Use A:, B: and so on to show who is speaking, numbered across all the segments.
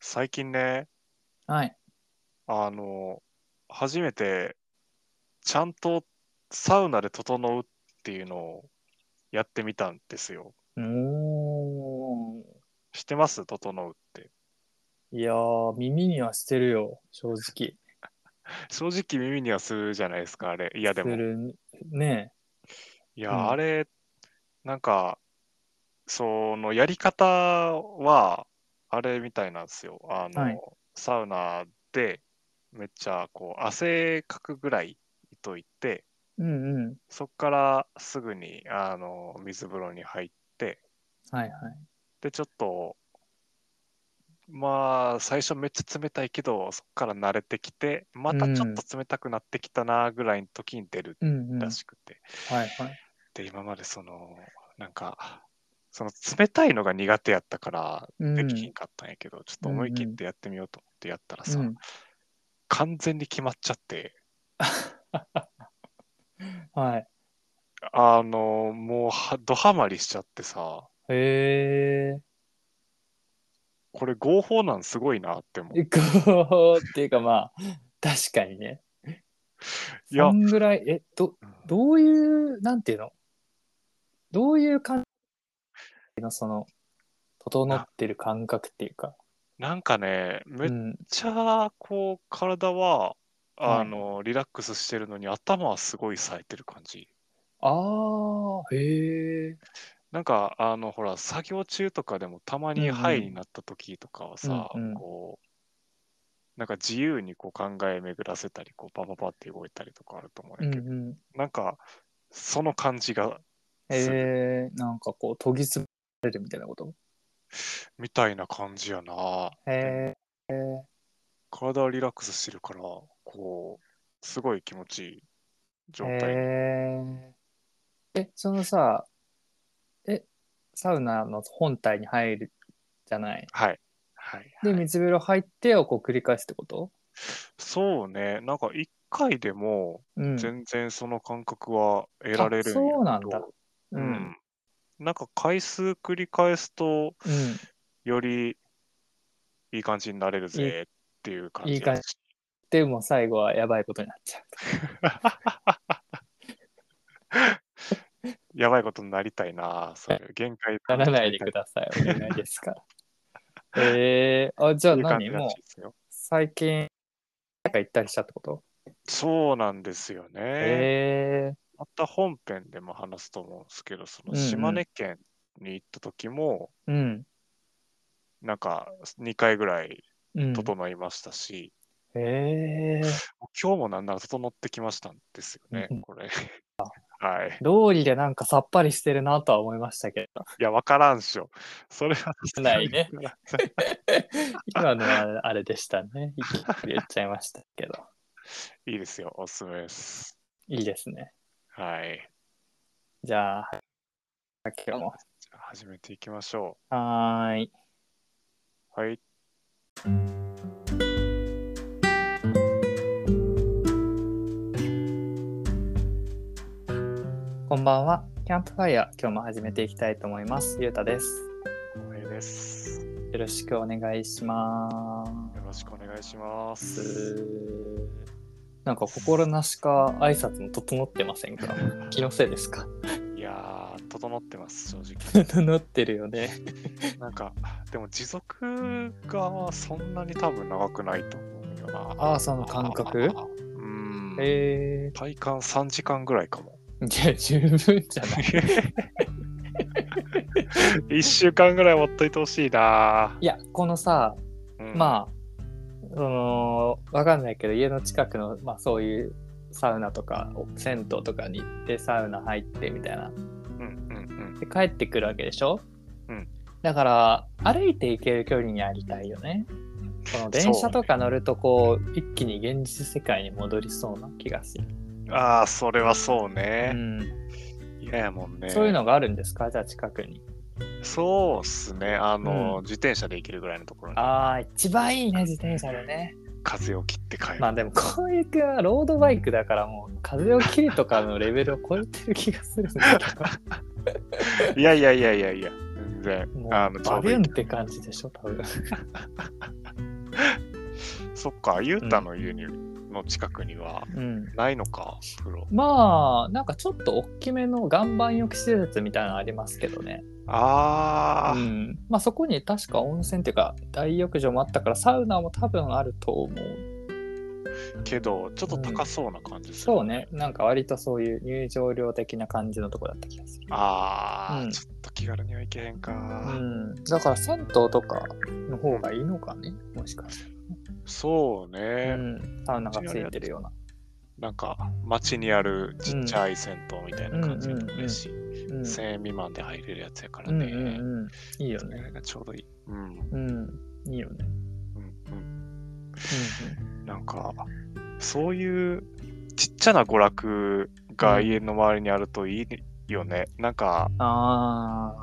A: 最近ね、
B: はい。
A: あの、初めて、ちゃんとサウナで整うっていうのをやってみたんですよ。
B: おー。
A: 知ってます整うって。
B: いやー、耳にはしてるよ、正直。
A: 正直耳にはするじゃないですか、あれ。いや、でも。
B: す
A: い
B: るね
A: や、
B: うん
A: あれ、なんか、その、やり方は、あれみたいなんですよ。あの、
B: はい
A: サウナで、めっちゃ、こう、汗かくぐらいいといて、
B: え。うんうん。
A: そこからすぐにあの水風呂に入って、
B: はいはい。
A: で、ちょっと、まあ、最初めっちゃ冷たいけど、そこから慣れてきて、またちょっと冷たくなってきたなぐらいの時に出る
B: うんうん。は
A: ら
B: い
A: しくて、
B: はい。
A: で、今までその、なんか、その冷たいのが苦手やったから
B: うん
A: できひんかったんやけど、ちょっと思い切ってやってみようと思ってやったらさ、
B: うん
A: 完全に決まっちゃって、
B: はい。
A: あの、もうはドハマりしちゃってさ、
B: へえ。
A: これ合法なんすごいなって思う。
B: こう、っていうかまあ、確かにね。
A: いや
B: そんぐらい、え、ど、どういう、なんていうのどういう感じの、その、整ってる感覚っていうか。
A: なんかね、めっ
B: うん。
A: ちゃこう体は、
B: はい
A: あのリラックスしてるのに頭はすごい冴えてる感じ。
B: あー、へえ。
A: なんかあのほら作業中とかでもたまに
B: うんうん
A: ハイになった時とかはさ、
B: うんうん
A: こうなんか自由にこう考え巡らせたりこうパパパって動いたりとかあると思う
B: うん
A: や
B: ん
A: けど、
B: うん。
A: なんかその感じがする
B: えー、なんかこう研ぎ澄まされるみたいなこと
A: みたいな感じやな。
B: へえー、
A: 体はリラックスしてるからこうすごい気持ちいい状態。
B: えー、えそのさえサウナの本体に入るじゃない
A: はい。はい、
B: で
A: はい
B: 水風呂入ってをこう繰り返すってこと
A: そうね、なんか1回でも
B: うん
A: 全然その感覚は得られる
B: あそうなん
A: け
B: だ
A: ど
B: う
A: うんん。なんか回数繰り返すと、
B: うん
A: よりいい感じになれるぜっていう感じ
B: いい感でも最後はやばいことになっちゃう
A: やばいことになりたいな、それ限界
B: ならないでくださ いお願いですからえー、あじゃあ
A: っていう感じ
B: 何
A: ら
B: もう
A: しいですよ
B: 最近なんか行ったりしたってこと
A: そうなんですよね。
B: へえ
A: また本編でも話すと思うんですけど、その
B: うんうん
A: 島根県に行った時も、
B: ー、うん
A: なんか2回ぐらい
B: うん
A: 整いましたし、
B: へえー
A: 今日もなんなら整ってきましたんですよね
B: うん、
A: これ。 はい。
B: 道理でなんかさっぱりしてるなとは思いましたけ ど
A: いや、わからんっしょ。それは。
B: ないね。
A: い
B: 今のはあれでしたねいきなり言っちゃいましたけど
A: いですよ、おすすめです。
B: いいですね
A: はい。
B: じゃあ今日も
A: じゃあ始めていきましょ。
B: はーいう
A: はい。
B: こんばんはキャンプファイヤー今日も始めていきたいと思いますゆうたです
A: これです。
B: よろしくお願いしま
A: よろしくお願いしますす。
B: なんか心なしか挨拶も整ってませんか気のせいですか
A: いやー、整ってます、正直。
B: 整ってるよね
A: なんか、でも持続がそんなに多分長くないと思うよな。
B: あーその感覚
A: うーん。
B: え
A: 体感3時間ぐらいかも。
B: ー、じゃあ十分じゃない
A: 1週間ぐらい持っといてほしいない
B: やこのさ
A: あ、
B: まあそのわかんないけど家の近くの、まあ、そういうサウナとか銭湯とかに行ってサウナ入ってみたいな
A: うんうん
B: で帰ってくるわけでしょ、
A: うん
B: だから歩いて行ける距離にありたいよねこの電車とか乗るとこう一気に現実世界に戻りそうな気がする、
A: うん。ああ、それはそう
B: う
A: ね。
B: ん、
A: 嫌、やもんね。
B: そういうのがあるんですかじゃあ近くに
A: そうっすね。あの、
B: うん
A: 自転車で行けるぐらいのところに
B: ああ一番いいね自転車でね
A: 風を切って帰 る。
B: まあでもこういう系はロードバイクだからもう風を切るとかのレベルを超えてる気がするんだけ ど
A: いやいやいやいやいや、全然
B: も。う
A: あの、ちょ
B: バ
A: うど
B: ビ
A: いい
B: ュンって感じでしょ多分
A: そっか、ゆうたの家に、の近くには
B: うん。
A: ないのか、風呂。
B: まあ、なんかちょっと大きめの岩盤浴施設みたいなのありますけどね。
A: あ
B: う
A: ー、
B: ん。まあそこに確か温泉っていうか大浴場もあったからサウナも多分あると思う。
A: けど、ちょっと高そうな感じする、
B: そうね。。なんか割とそういう入場料的な感じのとこだった気がする。
A: あー、
B: うん
A: ちょっと気軽には行けへんか。
B: うん。だから銭湯とかの方がいいのかね。もしかして。
A: そう
B: う
A: ね、
B: ん。サウナがついてるような。
A: なんか街にあるちっちゃい銭湯みたいな感じの嬉しい、
B: うん。
A: 1000円未満で入れるやつやから
B: うんう
A: ね、
B: んうん。いいよ
A: そ
B: ね。
A: れがちょうどいい、うん
B: うん。いいよね。
A: うん
B: うんうん
A: うん、なんかそういうちっちゃな娯楽が家の周りにあるといいよね、なんか
B: あ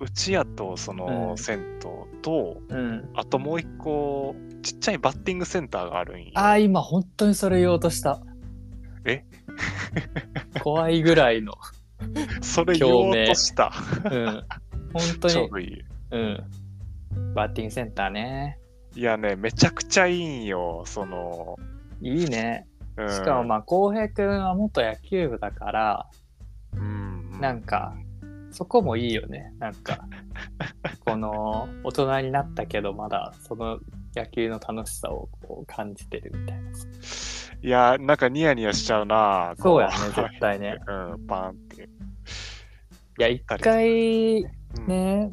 A: うちやとその
B: うん
A: 銭湯と、
B: あ、うん。
A: あともう一個ちっちゃいバッティングセンターがあるんよ
B: ああ、今本当にそれ言おうとした。
A: え
B: 怖いぐら いの。
A: それ言おうとした
B: うん。本当
A: ちょう
B: に。
A: どいい
B: うん。バッティングセンターね。
A: いやねめちゃくちゃいいんよその、
B: いいね。
A: うん、
B: しかもまあ、浩平君は元野球部だから、
A: うんうん
B: なんか、そこもいいよね。なん か、この、大人になったけど、まだその野球の楽しさをこう感じてるみたいな。
A: いやなんかニヤニヤしちゃうな
B: そうやね
A: こ、
B: 絶対ね。
A: うんパーンって、
B: いや、一回、
A: うん
B: ね、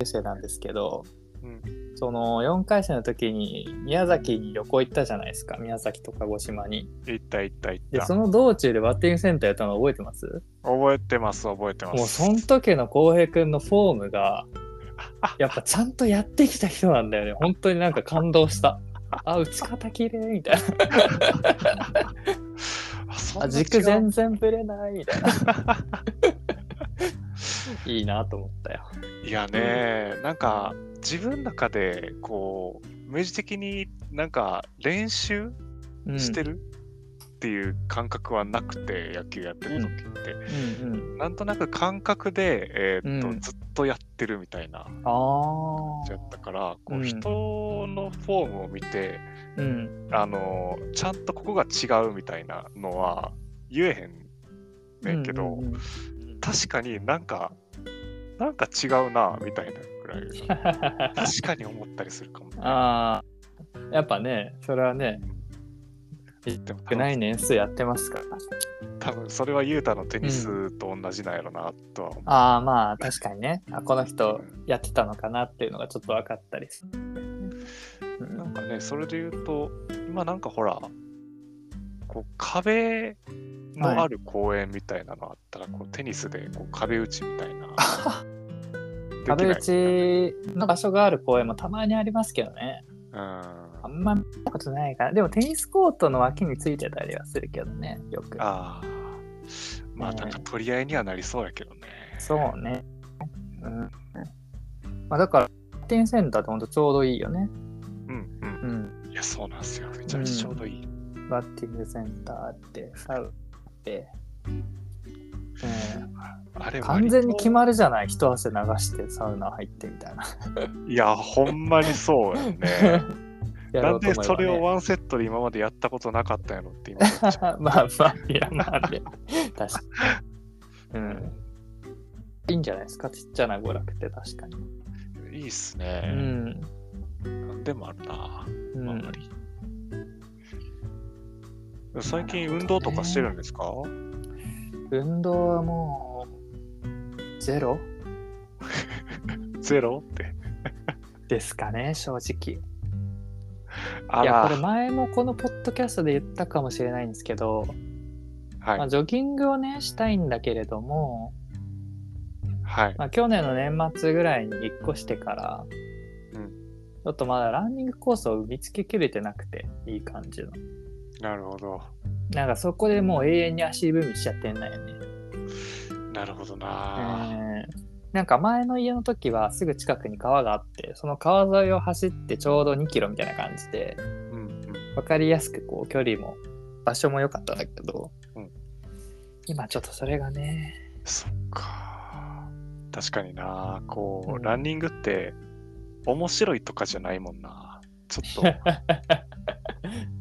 B: 先生なんですけど、
A: うん
B: その4回生の時に宮崎に旅行行ったじゃないですか宮崎と鹿児島に
A: いったいったいっ
B: で
A: た
B: その道中でバッティングセンターやったの覚えてます
A: 覚えてます覚えてます
B: もうその時の浩平君のフォー ムがやっぱちゃんとやってきた人なんだよね本当になんか感 動したあ打ち方綺麗みたい
A: あそん
B: な
A: な
B: あ
A: 違う
B: 軸全然ぶれないみたいな いいなと思ったよ
A: いやねなんか自分の中でこう明示的になんか練習
B: うん
A: してる、っていう感覚はなくて野球やってる時って、
B: うんうん
A: なんとなく感覚で、えーっと
B: うん
A: ずっとやってるみたいな
B: ああ
A: やったからこ
B: う
A: うん人のフォームを見て、
B: うん
A: あのちゃんとここが違うみたいなのは言えへんねんけど、
B: うんうんうん
A: 確かになんかなんか違うなみたいなくらい確かに思ったりするかも。
B: ああ、やっぱね、それはね、
A: でも多
B: 少な
A: 分
B: い年数やってますから。
A: 多分それはユータのテニスと同じなんやろなとは思う。
B: ああ、まあ確かにね、あこの
A: う
B: 人
A: ん
B: やってたのかなっていうのがちょっと分かったりする。う
A: なん
B: ん
A: かねそれで言うと今なんかほらこう壁のある公園みたいなのあったら、こうテニスでこう壁打ちみたい な。
B: 壁打
A: できない
B: ちの場所がある公園もたまにありますけどね。あんま見たことないから。でもテニスコートの脇についてたりはするけどね、よく
A: うん、。ああまあなんか取り合いにはなりそうやけどね。
B: そうね。うん。まあだから、バッティングセンターってほんとちょうどいいよね。
A: うんう
B: うん。
A: ん。いやそうなんですよ。めちゃめちゃちょうどいい。
B: バッティングセンターって、サウって、うん
A: あれ
B: 完全に
A: 割と
B: 決まるじゃない、一汗流してサウナ入ってみたいな。
A: いや、ほんまにそうやね。
B: や
A: な
B: ろ
A: んで
B: うと思えばね
A: それをワンセットで今までやったことなかったんやろって今思 っちゃ
B: まあまあ、いやまあね、確か に。うん。いいんじゃないですか、ちっちゃな娯楽って確かに。
A: う。いいっす
B: う
A: ね。
B: ん。
A: なんでもあるな、
B: う
A: あん
B: ん
A: まり。最近運動とかしてるんですか、
B: 運動はもう、ゼロ
A: ゼロって。
B: ですかね、正直。
A: あ
B: いや、これ
A: ら、
B: 前もこのポッドキャストで言ったかもしれないんですけど、ま
A: は
B: あ、
A: い。
B: ジョギングをね、したいんだけれども、
A: はい。
B: まあ、去年の年末ぐらいに引っ越してから、
A: うん
B: ちょっとまだランニングコースを見つけきれてなくていい感じの
A: なるほど。
B: なんかそこでもう永遠に足踏みしちゃってんだよね、
A: なるほど
B: え
A: な。
B: ーなんか前の家の時はすぐ近くに川があってその川沿いを走ってちょうど2キロみたいな感じで
A: うんうん。
B: 分かりやすくこう距離も場所も良かったんだけど、
A: うん
B: 今ちょっとそれがね
A: そっか。確かにな。こう、
B: うん
A: ランニングって面白いとかじゃないもんな。ちょっと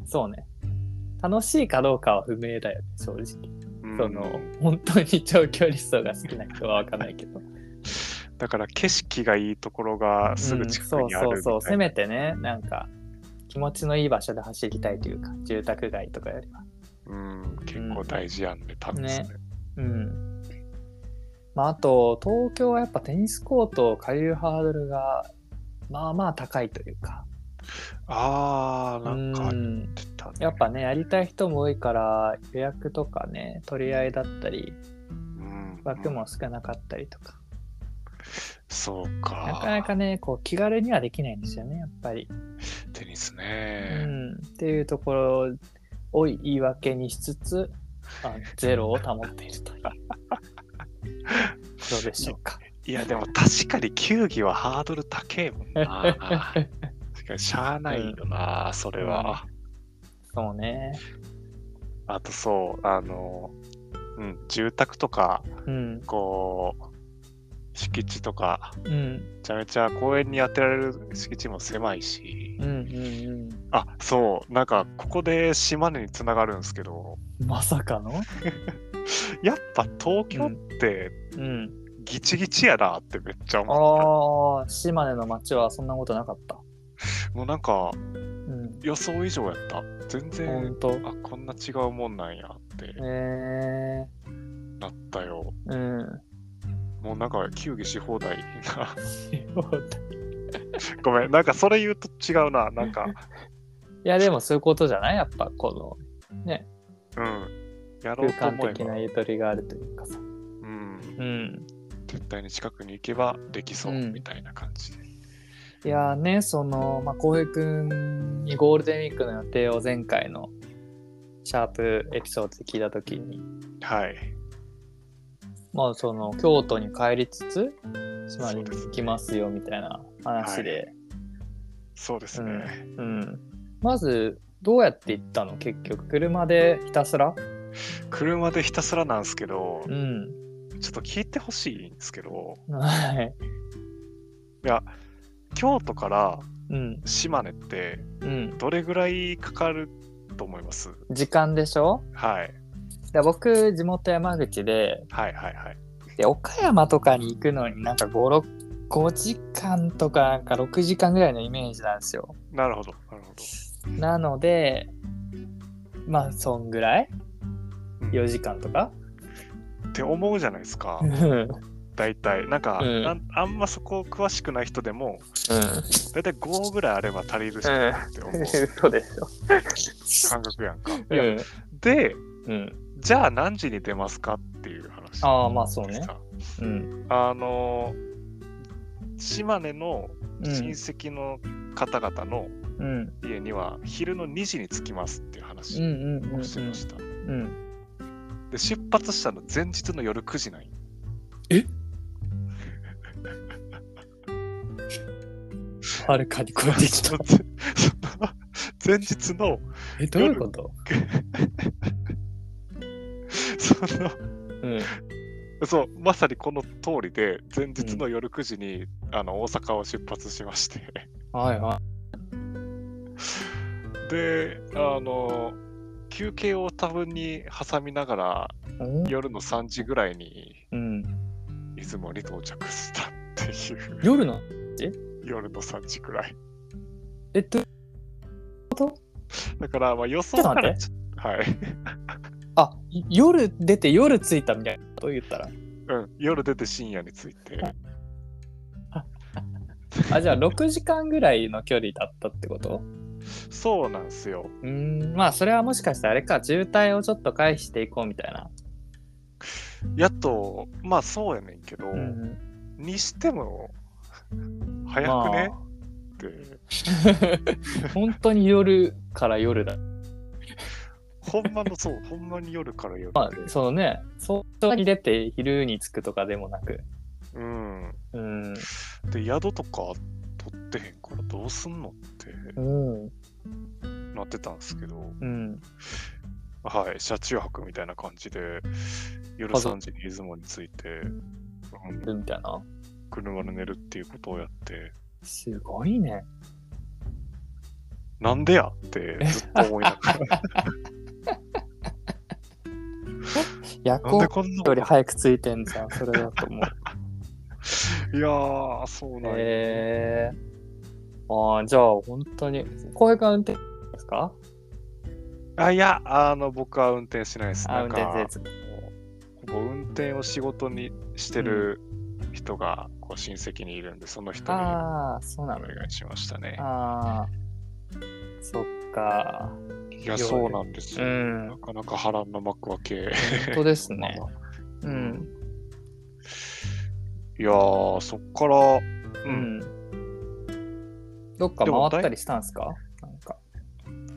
B: そうね。楽しいかどうかは不明だよね、正直。
A: うん
B: その、本当に長距離走が好きな人は分かんないけど。
A: だから景色がいいところが すぐ近くにある
B: うんそうそうそう、せ
A: め
B: めてね、なんか、気持ちのいい場所で走りたいというか、住宅街とかよりは。
A: うん結構大事やんね、多分それ
B: ねうん。まあ、あと、東京はやっぱテニスコートを借りるハードルが、まあまあ高いというか。
A: ああ
B: う
A: なんかあっ
B: ん。
A: てたね
B: やっぱね、やりたい人も多いから、予約とかね、取り合いだったり、
A: うん
B: 枠も少なかったりとか。
A: そうか
B: なかなかね、こう気軽にはできないんですよね、やっぱり。
A: テニス
B: う
A: ね、
B: ん、っていうところを言い訳にしつつ、あゼロを保っているという。どうでしょ うか。
A: いやでも確かに球技はハードル高えもん な確かにしゃあないよな、それは、
B: そうね。
A: あとそうあのうん住宅とか
B: うん。
A: こう敷地とか
B: うん。
A: めちゃめちゃ公園に当てられる敷地も狭いし
B: うん。うん。
A: あそうなんかここで島根につながるんですけど
B: うん。まさかの
A: やっぱ東京って
B: うん。
A: ギチギチやなってめっちゃ思った、
B: ああ、島根の町はそんなことなかった。
A: もうなんか
B: うん。
A: 予想以上やった全
B: ほ
A: 然
B: んと。
A: あこんな違うもんなんやって
B: ええ
A: なったよ
B: ー。うん。
A: もうなんか球技し放題な ごめんなんかそれ言うと違うななんか
B: いや、でもそういうことじゃないやっぱこ
A: うんやろ
B: の
A: うと
B: 空間
A: 思え
B: 的
A: ば
B: な、ゆとりがあるというかさ。
A: うん、
B: うん。
A: 絶対に近くに行けばできそう
B: うん
A: みたいな感じで、
B: いやーね、その、まあ、浩平くんにゴールデンウィークの予定を前回のシャープエピソードで聞いたときに、
A: はい
B: まあ、その、京都に帰りつつ、島に行きますよ、みたいな話で、
A: そうですね、
B: うん。まず、どうやって行ったの結局、車でひたすら
A: 車でひたすらなんですけど、
B: うん。
A: ちょっと聞いてほしいんですけど
B: はい。
A: いや京都から
B: うん。
A: 島根って
B: うん。
A: どれぐらいかかると思います
B: 時間でしょ
A: はい
B: で僕、地元山口で、
A: はいはいはい
B: で岡山とかに行くのになんか5 5時間とかなんか6時間ぐらいのイメージなんですよ
A: なるほどなるほど、
B: なのでまあそんぐらい
A: うん
B: 4時間とか
A: って思うじゃないですか
B: うんうん
A: 大体なんか、
B: うん
A: なんあんまそこ詳しくない人でも大体5ぐらいあれば足りるし
B: うん
A: って思う
B: 嘘でしょ
A: 感覚やんか、
B: う
A: いや
B: ん、
A: で
B: うん、
A: じゃあ何時に出ますかっていう話
B: ああまあそうね
A: さ
B: うん
A: あの島根の
B: う
A: 親
B: ん
A: 戚の方々の
B: うん
A: 家には昼の2時に着きますっていう
B: う
A: 話
B: んうんうん
A: をしてました、
B: うん
A: で出発したの前日の夜9時ない
B: はるかに超えてきた
A: その前日の
B: えどういうこと
A: その
B: うん
A: そうまさにこの通りで前日の夜9時に、あの大阪を出発しまして
B: はいは
A: であの休憩を多分に挟みながら
B: いうん
A: 夜の3時ぐらいに
B: うん
A: 出雲に到着したっていう
B: 夜の
A: 夜の3時ぐらい
B: えっと
A: だからまあ予想
B: ちょっと
A: か
B: 待
A: ら
B: って
A: ちょはい、
B: あ夜出て夜着いたみたいなこと言った ら
A: うん、夜出て深夜に着いて
B: あじゃあ6時間ぐらいの距離だったってこと
A: そうなんですよ
B: うーんまあそれはもしかしてあれか渋滞をちょっと回避していこうみたいな。
A: やっとまあそうやねんけど、
B: うん、
A: にしても早くね、って
B: まあ本当に夜から夜だ。
A: ほんまのそう ほんまに夜から夜で、
B: まあそのね早朝に出て昼に着くとかでもなく。
A: うん
B: うん。
A: で宿とか取ってへんからどうすんのって
B: うん。
A: なってたんですけど
B: うん。
A: はい車中泊みたいな感じで夜
B: あそう
A: 3時に出雲に着いて、うん
B: みたいな。
A: 車で寝るっていうことをやって
B: すごいね。
A: なんでやってずっと思いながら。 なん
B: 夜行
A: でこんな。
B: より早くついてんじゃん、それだと思う。
A: いやー、そうなんや。
B: へえああ、じゃあ本当に、小江君は運転ですか
A: あいや、あの、僕は運転しないです。
B: あ
A: なん
B: 運
A: か
B: 転せず。
A: こう運転を仕事にしてる人がこう親戚にいるんで、その人にお
B: ああ、そうなの。
A: 願いしましたね。
B: ああ、そっか。
A: いや、そうなんです
B: う
A: よ。
B: ん、
A: な
B: 本
A: かなか波乱の幕開け。
B: 当ですね。う、
A: うんいやー、そっから、う、
B: うんん。どっか回ったりしたんですかなんか。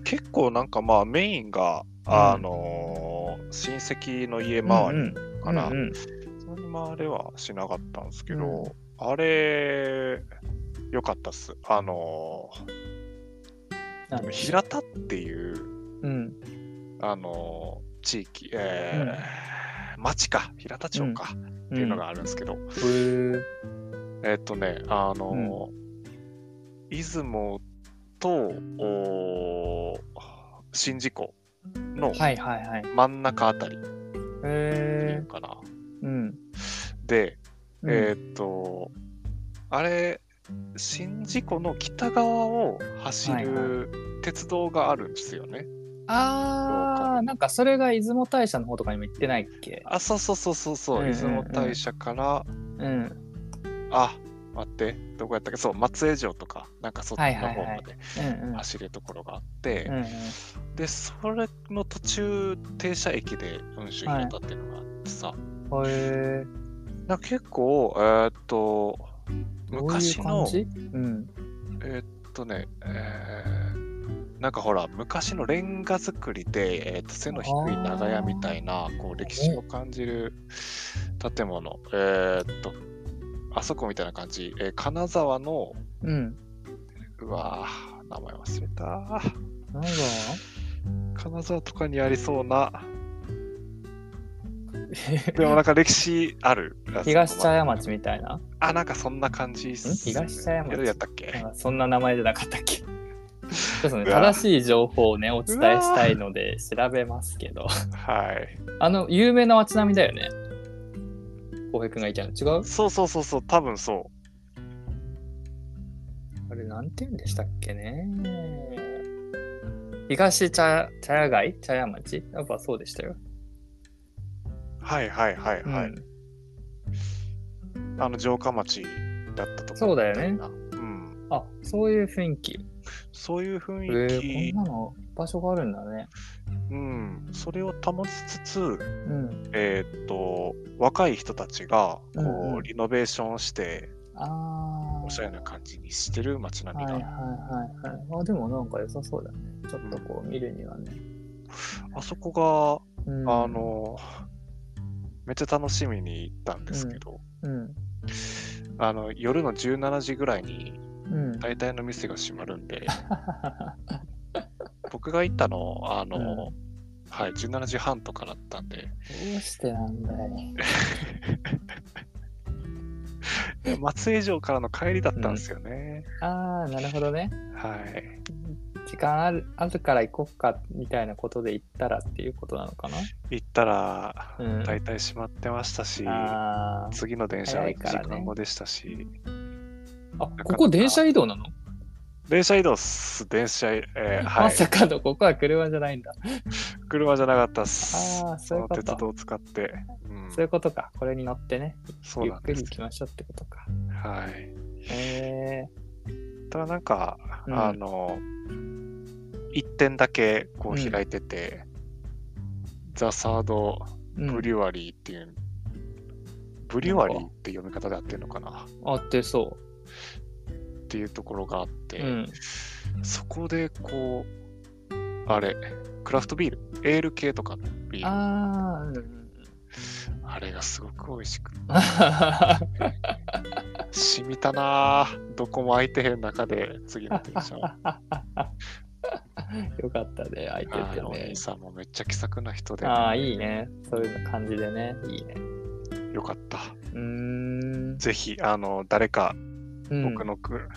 A: 結構なんかまあメインが、あのー親戚の家周り
B: り
A: かな、
B: うんうん
A: そんなに回れはしなかったんですけど、
B: うん
A: あれ、よかったっす。あの
B: な
A: ー
B: ん
A: 平田っていう、
B: うん、
A: あのー地域、えー町か、平田町か、っていうのがあるんですけど、
B: へー
A: えっとね、あのー、出雲とおー宍道湖の
B: はいはいはい。
A: 真ん中あたりってい
B: へ
A: うかな。
B: え。うん。
A: で、
B: うん
A: えーっと、あれ、宍道湖の北側を走る鉄道があるんですよね。
B: ああ、なんかそれが出雲大社の方とかにも行ってないっけ
A: あ、そうそうそうそうそう、
B: うんうんうん
A: 出雲大社から、
B: うん。
A: あ、待って、どこやったっけ、そう、松江城とか、なんかそっちの
B: はい
A: 方
B: はいはい
A: まで
B: うんうん。
A: 走るところがあって、
B: うんうん
A: でそれの途中停車駅で運州拾ったっていうのがあってさ、
B: へえ。
A: なんか結構えーっと
B: どういう
A: 昔の
B: 感じうん。
A: えーっとね、えーなんかほら昔のレンガ造りで、えーっと背の低い長屋みたいなこう歴史を感じる建物えーっとあそこみたいな感じ、えー金沢の
B: うん。
A: うわー名前忘れた
B: なんだ
A: 金沢とかにありそう な
B: ろ
A: でもなんか歴史ある
B: う東茶屋町みたいな。
A: あ、なんかそんな感じっす、
B: ん東茶屋町
A: やったっ
B: なん
A: け
B: かそんな名前じゃなかったっ けちょっとね、
A: うわ
B: 正しい情報をね、お伝えしたいので調べますけど。
A: はい。
B: あの、有名な街並みだよね。浩平くんがいたの。違う
A: そうそうそうそう、多分そ
B: あれ、なんて言うんでしたっけね。東茶茶屋街茶屋町やっぱそうでしたよ。
A: う。はいはいはいはい。
B: うん
A: あの城下町だったとこ
B: そうだよね
A: みたいなうん。
B: あ、そういう雰囲気。
A: そういう雰
B: えー
A: 囲気、
B: こんなの場所があるんだね。
A: うん、それを保ちつつ、
B: うん。
A: えーっと、若い人たちがこう、
B: うんうん
A: リノベーションして、
B: ああ。
A: おしゃれな感じにしてる街並
B: はい
A: み
B: は
A: が、
B: いはいはい。あ、でもなんか良さそうだね。ちょっとこう見るにはね。
A: あそこ
B: うん、
A: が、あ、の、めっちゃ楽しみに行ったんですけど、
B: うん。
A: あの夜の17時ぐらいに
B: うん。
A: 大体の店が閉まるんで、僕が行ったの、あの、
B: うん
A: はい、17時半とかだったんで、
B: どうしてなんだい。
A: 松江城からの帰りだったんですよね。
B: ああ、なるほどね。
A: はい。
B: 時間あるあるから行こっかみたいなことで行ったらっていうことなのかな。
A: 行ったら、
B: うん
A: 大体閉まってましたし、
B: あー
A: 次の電車は
B: 早
A: 1
B: いから
A: 時
B: ね
A: 間後でしたし、
B: あ
A: か
B: ここ電車移動なの、
A: 電車移動っす、電車、えーは
B: ま
A: い。
B: さかのここは車じゃないんだ。
A: 車じゃなかったっす。
B: ああ、そういうこ
A: の鉄
B: と。
A: 道を使って、うん
B: そういうことか。これに乗ってね、
A: そう
B: ゆっ
A: なん
B: く
A: で
B: り
A: す
B: 行。きましょうってことか。
A: はい。
B: へえ
A: ただなんか、
B: うん
A: あの1点だけこ
B: うん
A: う開いてて、ザ・サード・
B: ー。う
A: ブ
B: ん
A: リュワリーっていう、ブリュワリーって読み方で合ってるのかな
B: あってそ
A: っていうところがあって、
B: う。うん。
A: そこでこうあれクラフトビールエール系とかのビールあ
B: ああ、うんうん。
A: れがすごく美味しく
B: あはは
A: 染みたなあどこも空いてへん中で次の電 車
B: よかったね、空い
A: はい
B: て
A: お兄
B: て
A: さんもめっちゃ気さくな人で
B: ね。ああ、いいね。そういう感じでね。いいね。
A: よかった
B: うーん。
A: ぜひあの誰か
B: うん
A: 僕のく、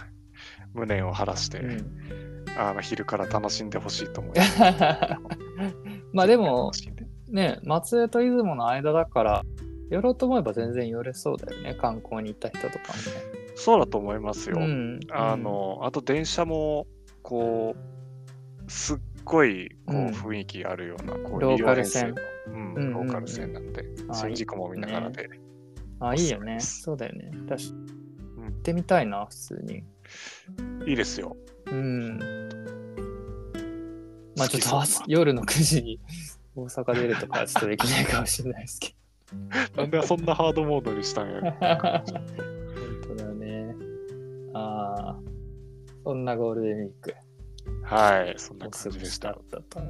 A: 無念を晴らして、
B: うん
A: あの昼から楽しんでほしいと思います
B: まあでも
A: 楽、しんで
B: ね、松江と出雲の間だから、寄ろうと思えば全然寄れそうだよね、観光に行った人とか
A: そうだと思いますよ。
B: もね。うん、
A: あのあと電車もこうすっごいこう
B: うん
A: 雰囲気あるような、こう
B: ローカル
A: 線
B: 線、
A: うん
B: うんうん
A: ローカル線なんで、
B: あ
A: 新宿も見ながらで、
B: あ、いいよね。
A: おすす
B: そうだよね。だし、行ってみたいな、普通に。
A: いいです よ。
B: うん。まあちょっと
A: 好
B: 明
A: き
B: 日
A: そう
B: 夜の9時に大阪出る とかはちょっとできないかもしれないですけ
A: なんでそんなハードモードにしたん
B: ど。
A: や。
B: 本当だね。ああ、そんなゴールデンウィーク
A: はい、そんな
B: お過
A: 感
B: ご
A: じで
B: し
A: し。
B: だったたと。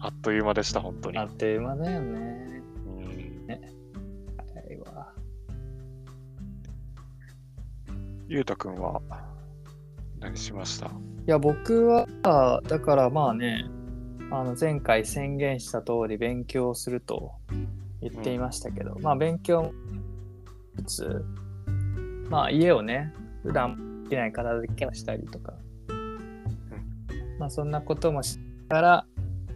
A: あっという間でした、本当に。
B: あっという間だよね。
A: うん
B: 早いわ。
A: ゆうたくんは何しました
B: いや僕はだからまあねあの前回宣言した通り勉強をすると言っていましたけど、まあ勉強もしつつまあ家をね普段できない片付けをしたりとか、まあそんなこともしながら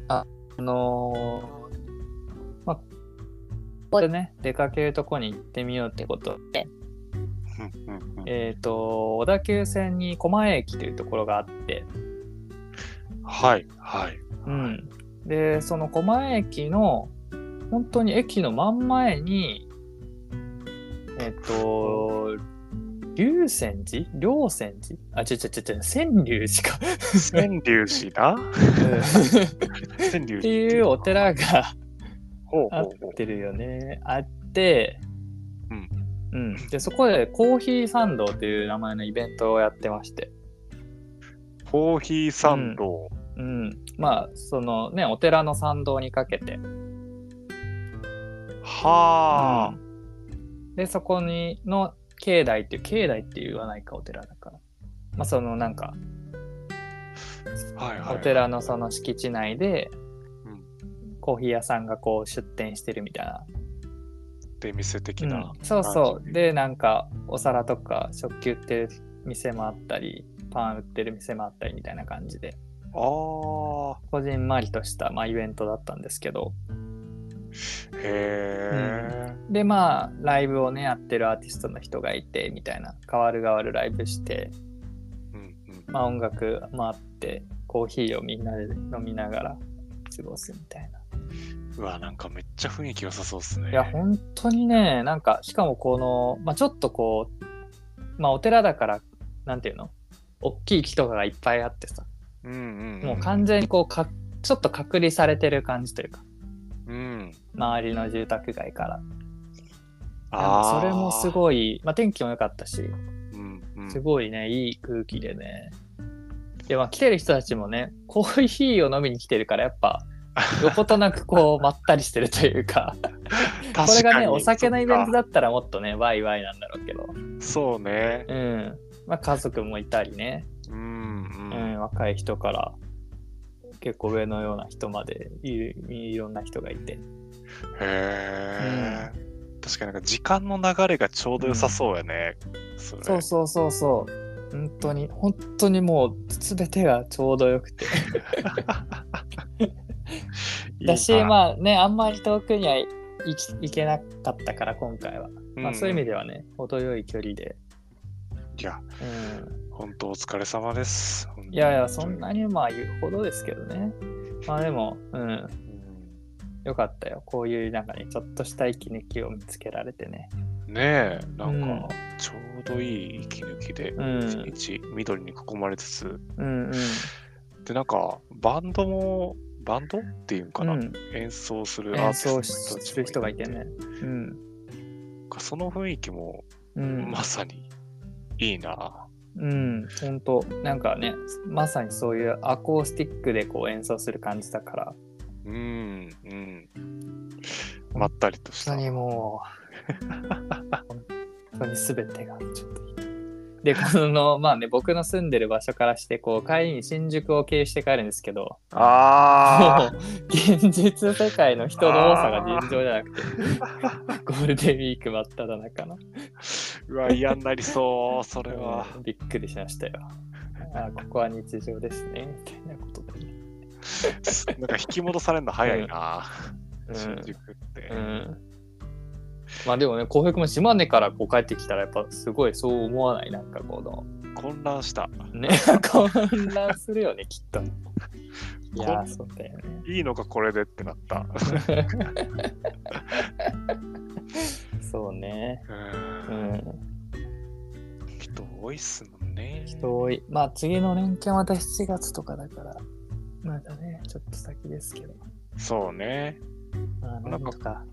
B: ああのーまあここでね出かけるとこに行ってみようってことで
A: うんうんうん
B: えっ、と小田急線に狛江駅というところがあって
A: はい、はい。
B: うん、でその狛江駅の本当に駅の真ん前にえっと龍泉寺龍泉寺あ違う違う違う千龍寺か、
A: 川柳寺 だ川柳寺
B: っていうお寺が
A: ほうほ
B: 合
A: う
B: っ
A: ほう
B: てるよねあって
A: うん、
B: うん、でそこでコーヒー参道という名前のイベントをやってまして
A: コーヒー参道。
B: うんまあそのねお寺の参道にかけて
A: はあ、
B: でそこにの境内っていう境内って言わないかお寺だからまあそのなんか
A: はいはいはい
B: お寺のその敷地内で
A: うん
B: コーヒー屋さんがこう出店してるみたいな、
A: 出店的な、
B: うんそうそ
A: 感
B: う
A: じ
B: でなんかお皿とか食器売ってる店もあったりパン売ってる店もあったりみたいな感じで
A: ああ
B: こじんまりとした、まあ、イベントだったんですけど
A: へえ、
B: でまあライブをねやってるアーティストの人がいてみたいな変わる変わるライブして
A: うんうん
B: まあ、音楽もあってコーヒーをみんなで飲みながら過ごすみたいな。
A: うわなんかめっちゃ雰囲気良さそうですね
B: いや本当にねなんかしかもこの、まあ、ちょっとこう、まあ、お寺だからなんていうの大きい木とかがいっぱいあってさ
A: うんうんん
B: もう完全にこうかちょっと隔離されてる感じというか
A: うん
B: 周りの住宅街から
A: あ
B: それもす
A: い、
B: ごい、まあ、天気も良かったし
A: うんうん、
B: すごいねいい空気でねでまあ来てる人たちもねコーヒーを飲みに来てるからやっぱどことなくこうまったりしてるという かこれがねお酒のイベント
A: だ
B: だったらもっとねワイワイなんだろうけど
A: そうね
B: うんまあ家族もいたりね、
A: うんうん、
B: うん、若い人から結構上のような人までいいろんな人がいて
A: へえ、確かになんか時間の流れがちょうど良さそうやね、それ
B: そうそうそうそう本当に本当にもう全てがちょうどよくて
A: いいな
B: だしまあねあんまり遠くには行き行けなかったから今回は、まあ、そういう意味ではね程よい距離で、
A: うんいや
B: うん、
A: 本当お疲れ様です
B: いやいや、そんなにまあ言うほどですけどね。まあでも、うん、
A: うん
B: よかったよ。こういうなんかね、ちょっとした息抜きを見つけられてね。
A: ねえなん
B: うん
A: かちょうどいい息抜きで
B: うん
A: 一日緑に囲まれつつ
B: うんうん。
A: でなんかバンドもバンドっていうんかな、
B: うん、
A: 演奏するアー
B: 演
A: ティ
B: 奏
A: スト
B: する人がいてね。うん。
A: なんかその雰囲気も
B: うん
A: ま、さにいいな、
B: うん、ほんと、なんかね、まさにそういうアコースティックでこう演奏する感じだから、
A: うん、うんまったりとし
B: 本
A: た
B: 当にもう、本当に全てがちょっといいで、この、まあね、僕の住んでる場所からして、こう、帰りに新宿を経由して帰るんですけど、も
A: あ
B: う現実世界の人の多さが尋常じゃなくて、ゴールデンウィーク真っ只中の。
A: ーうわ嫌になりそうそれは
B: うんびっくりしましたよ。あここは日常ですね、みたいなことでね。
A: なんか引き戻されるの早いな、
B: うん
A: 新宿って、
B: うん。まあでもね、浩平君も島根からこう帰ってきたら、やっぱすごいそう思わない、なんかこの、
A: 混乱した
B: ね、 混乱するよね、きっと。いやー、そうだよね。
A: いいのかこれでってなった
B: そうね。
A: う
B: うんん。
A: 人多いっすもんね
B: 人多い。まあ次の連休はまた7月とかだから、まだね、ちょっと先ですけど。
A: そうね
B: まあ、なんとか。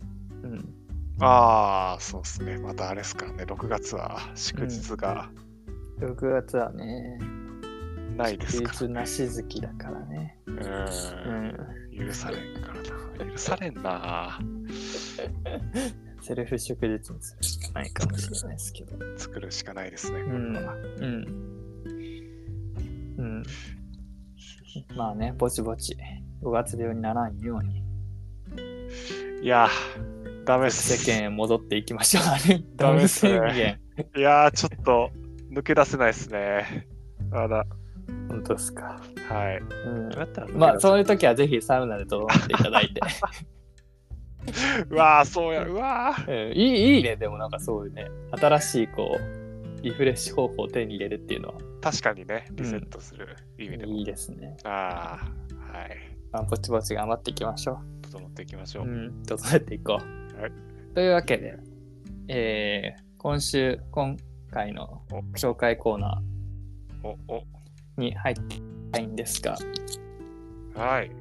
B: うん。
A: ああそうっすねまたあれっすからね6月は祝日が
B: 6月はね、
A: ないですから、
B: 休日なし月だからね。
A: う
B: うんん。
A: 許されんからな許されんな
B: セルフ祝日にするしかないかもしれないですけど。
A: 作るしかないですね
B: う
A: これ
B: ん。
A: は、
B: うん。うん。まあね、ぼちぼち。5月病にならんように、
A: いやダメっす
B: 世間へ戻っていきましょう。あれ、
A: ダメっすね
B: 宣言。
A: いやーちょっと抜け出せないですねまだ
B: 本当ですか。
A: はい
B: うん。
A: どうやったら抜け出せ
B: まあそういう時はぜひサウナでとどまっていただ いて、
A: うわーそうやうわー
B: うん、いいいいねでもなんかそういうね新しいこうリフレッシュ方法を手に入れるっていうのは
A: 確かにねリセットする意味でも、
B: いいですね、
A: ああはい
B: まあ、ぼちぼち頑張っていきましょ
A: 整っていきましょ
B: う、
A: う、
B: うん、整えていこう、
A: はい
B: というわけで、えー今週今回の
A: お
B: 紹介コーナ
A: おお
B: ーに入っていきたいんですが
A: はい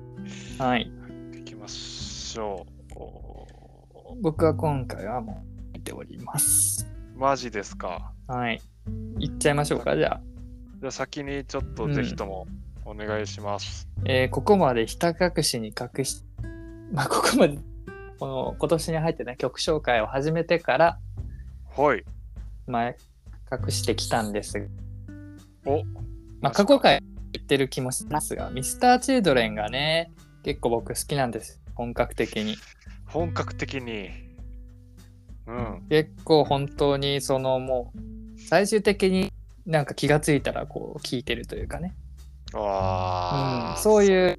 B: はい
A: 行きましょうお
B: 僕は今回はもう見ております
A: マジですか
B: はい行っちゃいましょうかじゃあ
A: じゃあ先にちょっとぜひともお願いします、
B: えーここまでひた隠しに隠し、 まあ、ここまで、この今年に入ってね、曲紹介を始めてから、
A: はい
B: まあ、隠してきたんですが、
A: お
B: まあ、過去回言ってる気もしますが、ミスター・チルドレンがね、結構僕好きなんです。本格的に。
A: 本格的にうん
B: 結構本当に、そのもう、最終的になんか気がついたら、こう、聴いてるというかね。
A: ああ、
B: うん、そう
A: う
B: いう、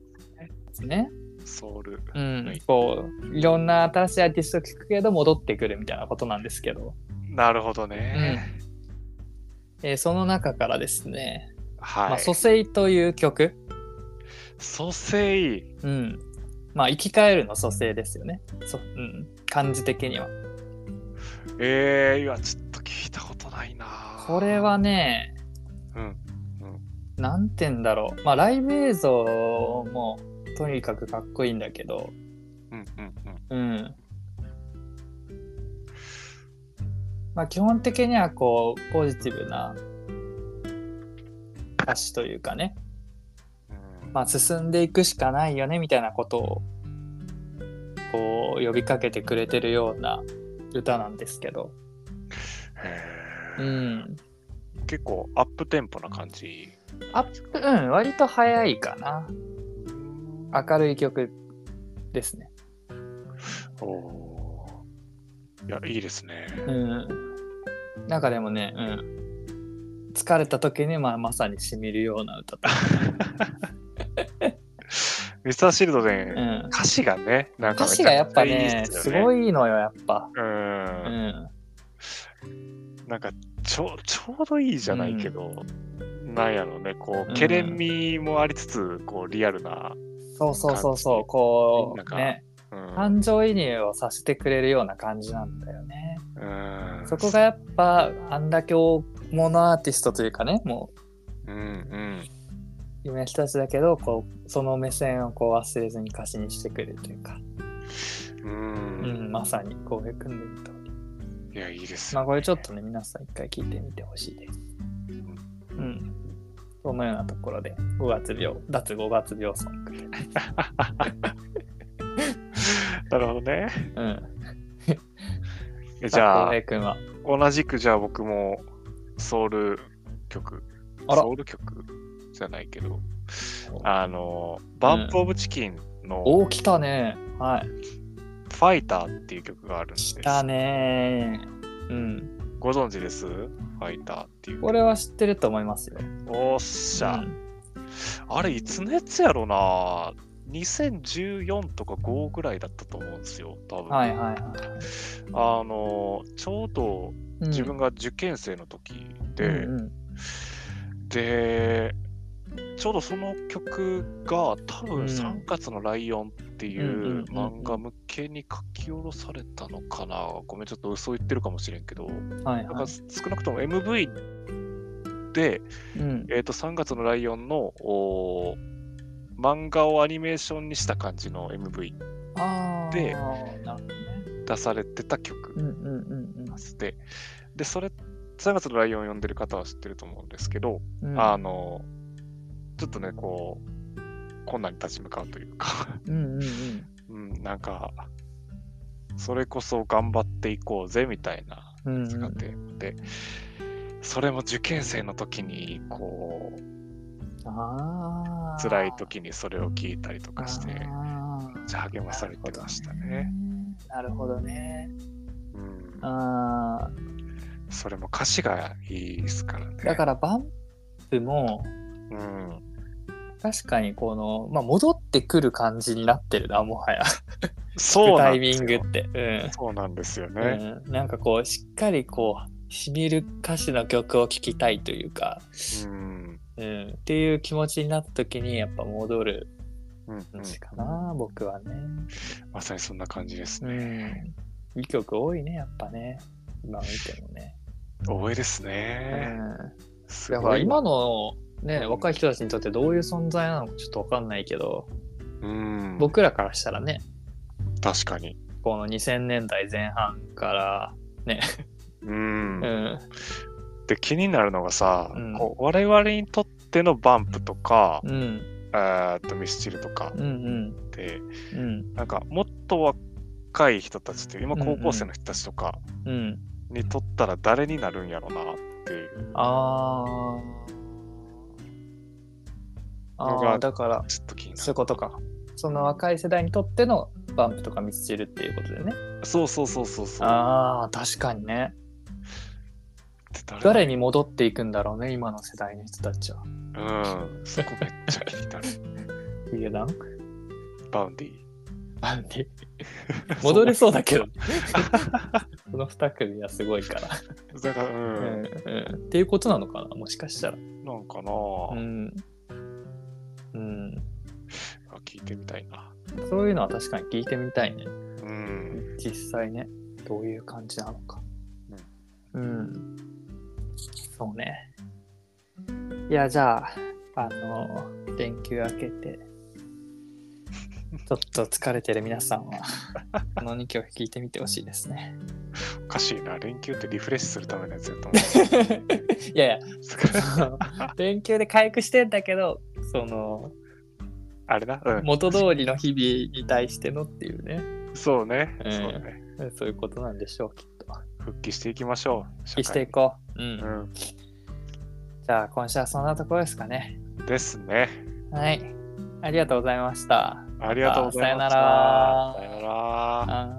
B: ね。
A: ソウル、
B: うん。こう、いろんな新しいアーティストを聴くけど、戻ってくるみたいなことなんですけど。
A: なるほどね、
B: えーその中からですね「
A: はい、
B: まあ、蘇生」という曲、
A: 蘇生
B: うんまあ、生き返るの蘇生ですよねそ、うん、漢字的には。
A: えー、いやちょっと聞いたことないな
B: これはね
A: うん
B: 何て言うんだろう、まあ、ライブ映像もとにかくかっこいいんだけど、
A: うんうんうん
B: うんまあ、基本的にはこうポジティブな歌詞というかね
A: うん
B: まあ、進んでいくしかないよねみたいなことをこう呼びかけてくれてるような歌なんですけど、
A: へー
B: うん、
A: 結構アップテンポな感じ
B: アップ、うん、割と早いかな明るい曲ですね、
A: おーいやいいですね
B: うん、なんかでもね、うん、疲れた時に、まあ、まさにしみるような歌と、
A: ミスターシールドで、
B: うん、
A: 歌詞がねなんかめ
B: 歌詞
A: ち
B: がや
A: ゃ
B: っ
A: くち
B: ぱ
A: ゃいい
B: ね
A: ですすよね
B: ごいのよやっぱ、
A: う
B: うんん、
A: なんかちょちょうどいいじゃないけど、なんやろうねこ
B: うん
A: うけれんみもありつつこうリアルな、
B: そうそうそうそ
A: 感
B: う
A: じ
B: こ
A: なん
B: う
A: か
B: ね
A: うん
B: 感情移入をさせてくれるような感じなんだよね
A: うん
B: そこがやっぱあんだけ大物アーティストというかねもう
A: うんうん
B: 有名な人たちだけどこうその目線をこう忘れずに歌詞にしてくれるというか、
A: う、
B: うんん、まさに浩平君の言うとおり
A: いやいいです
B: ま
A: よ
B: あこれちょっとね皆さん一回聞いてみてほしいですうんそのようなところで5月病脱5月病ソング
A: なるほど ね。
B: うん
A: じゃ
B: 浩
A: あ、
B: 平君は
A: 同じくじゃあ僕もソウル曲、
B: あら
A: ソウル曲じゃないけど、あの、バンプ・オブ・チキンの
B: おお、来たね。はい。
A: ファイターっていう曲があるんです
B: 来。たねうん。
A: ご存知ですファイターっていう。
B: これは知ってると思いますよ。
A: おっし
B: う
A: ゃ。
B: ん
A: あれ、いつのやつやろな。2014とか5ぐらいだったと思うんですよ、多分。
B: はいはいはい。
A: あの、ちょうど
B: うん
A: 自分が受験生の時で、
B: うんうん
A: でちょうどその曲が多
B: うん
A: 分「3月のライオン」ってい
B: んうんうんうん
A: う漫画向けに書き下ろされたのかなごめんちょっと嘘言ってるかもしれんけどな
B: はい
A: んか
B: はい。
A: 少なくとも MV で、
B: うん
A: えー、と3月のライオンのおー漫画をアニメーションにした感じの MV
B: ああ。
A: で
B: なるほどね。
A: 出されてた曲
B: うんうんうん
A: ですででそれ3月のライオンを読んでる方は知ってると思うんですけど、
B: うんうん。
A: あの、ちょっとね、こう、困難に立ち向かうという か、
B: うんうんう
A: うん、
B: ん。
A: なんか、それこそ頑張っていこうぜみたいな
B: うんうん
A: やつがテーマで、それも受験生の時に、こう、
B: ああ。
A: 辛い時にそれを聞いたりとかして、めっ
B: あー
A: ちゃ励まされてましたね。。
B: なるほどね。
A: うん、
B: ああ。
A: それも歌詞がいいですからね。
B: だからバンプも
A: うん、
B: 確かにこの、まあ、戻ってくる感じになってるなもはや
A: そう
B: タ
A: な
B: イ
A: んで
B: ミ
A: す
B: ングっ
A: よ。
B: て、うん
A: そうなんですよね。
B: うん、なんかこうしっかりこうしみる歌詞の曲を聴きたいというか、
A: うん。
B: うん、っていう気持ちになった時にやっぱ戻る
A: うん、うん
B: 感じかな、僕はね、
A: まさにそんな感じです
B: う
A: ね。
B: ん、いい曲多いねやっぱね今見てもね、
A: 応援です
B: う
A: ね。
B: ん、
A: す
B: だか
A: ご
B: ら
A: い。
B: 今のね
A: うん
B: 若い人たちにとってどういう存在なのかちょっと分かんないけど
A: うん、
B: 僕らからしたらね
A: 確かに。
B: この2000年代前半から、
A: うん。
B: うん、
A: で、気になるのがさ、
B: うん
A: こう我々にとってのバンプとか、
B: うん、
A: えーっとミスチルとか
B: うん、うん、
A: って、
B: うん、
A: なんかもっと若い人たちって、今
B: うんうん
A: 高校生の人たちとか
B: うん。
A: にとったら誰になるんやろうなっていう、
B: あー。
A: の
B: あ
A: が
B: ー、だから、
A: ちょっと気になる。
B: そういうことか。その若い世代にとってのバンプとかミスチルっていうことでね。
A: そうそうそうそうそう。
B: ああ、確かにね。
A: って誰
B: 誰に戻っていくんだろうね、今の世代の人たちは。
A: うん。そこめっちゃ気にな る。
B: ヒダン
A: バウンディ。
B: バンディ。戻れそうだけど。 この2組はすごいから。
A: だから、
B: う
A: うん
B: ん、うん。っていうことなのかな、もしかしたら。
A: なんかな、
B: うん。うん。
A: 聞いてみたいな。
B: そういうのは確かに聞いてみたいね。
A: うん。
B: 実際ね、どういう感じなのか。うん。そうね。いや、じゃあ、あの、連休明けて、ちょっと疲れてる皆さん は、この2曲聞いてみてほしいですね。
A: おかしいな、連休ってリフレッシュするためのやつやと思
B: いやいや、
A: うんです けど
B: 連休で回復してんだけど、その、
A: あれな、うん、
B: 元通りの日々に対してのっていうね、
A: そうね、
B: うん
A: そうね。
B: そういうことなんでしょう、きっと。
A: 復帰していきましょう。社
B: 復帰
A: 会
B: していこう。うん
A: うん。
B: じゃあ今週はそんなところですかね。
A: ですね。
B: はい。ありがとうございました。
A: ありがとうございました。
B: さよなら
A: さよなら。
B: はーい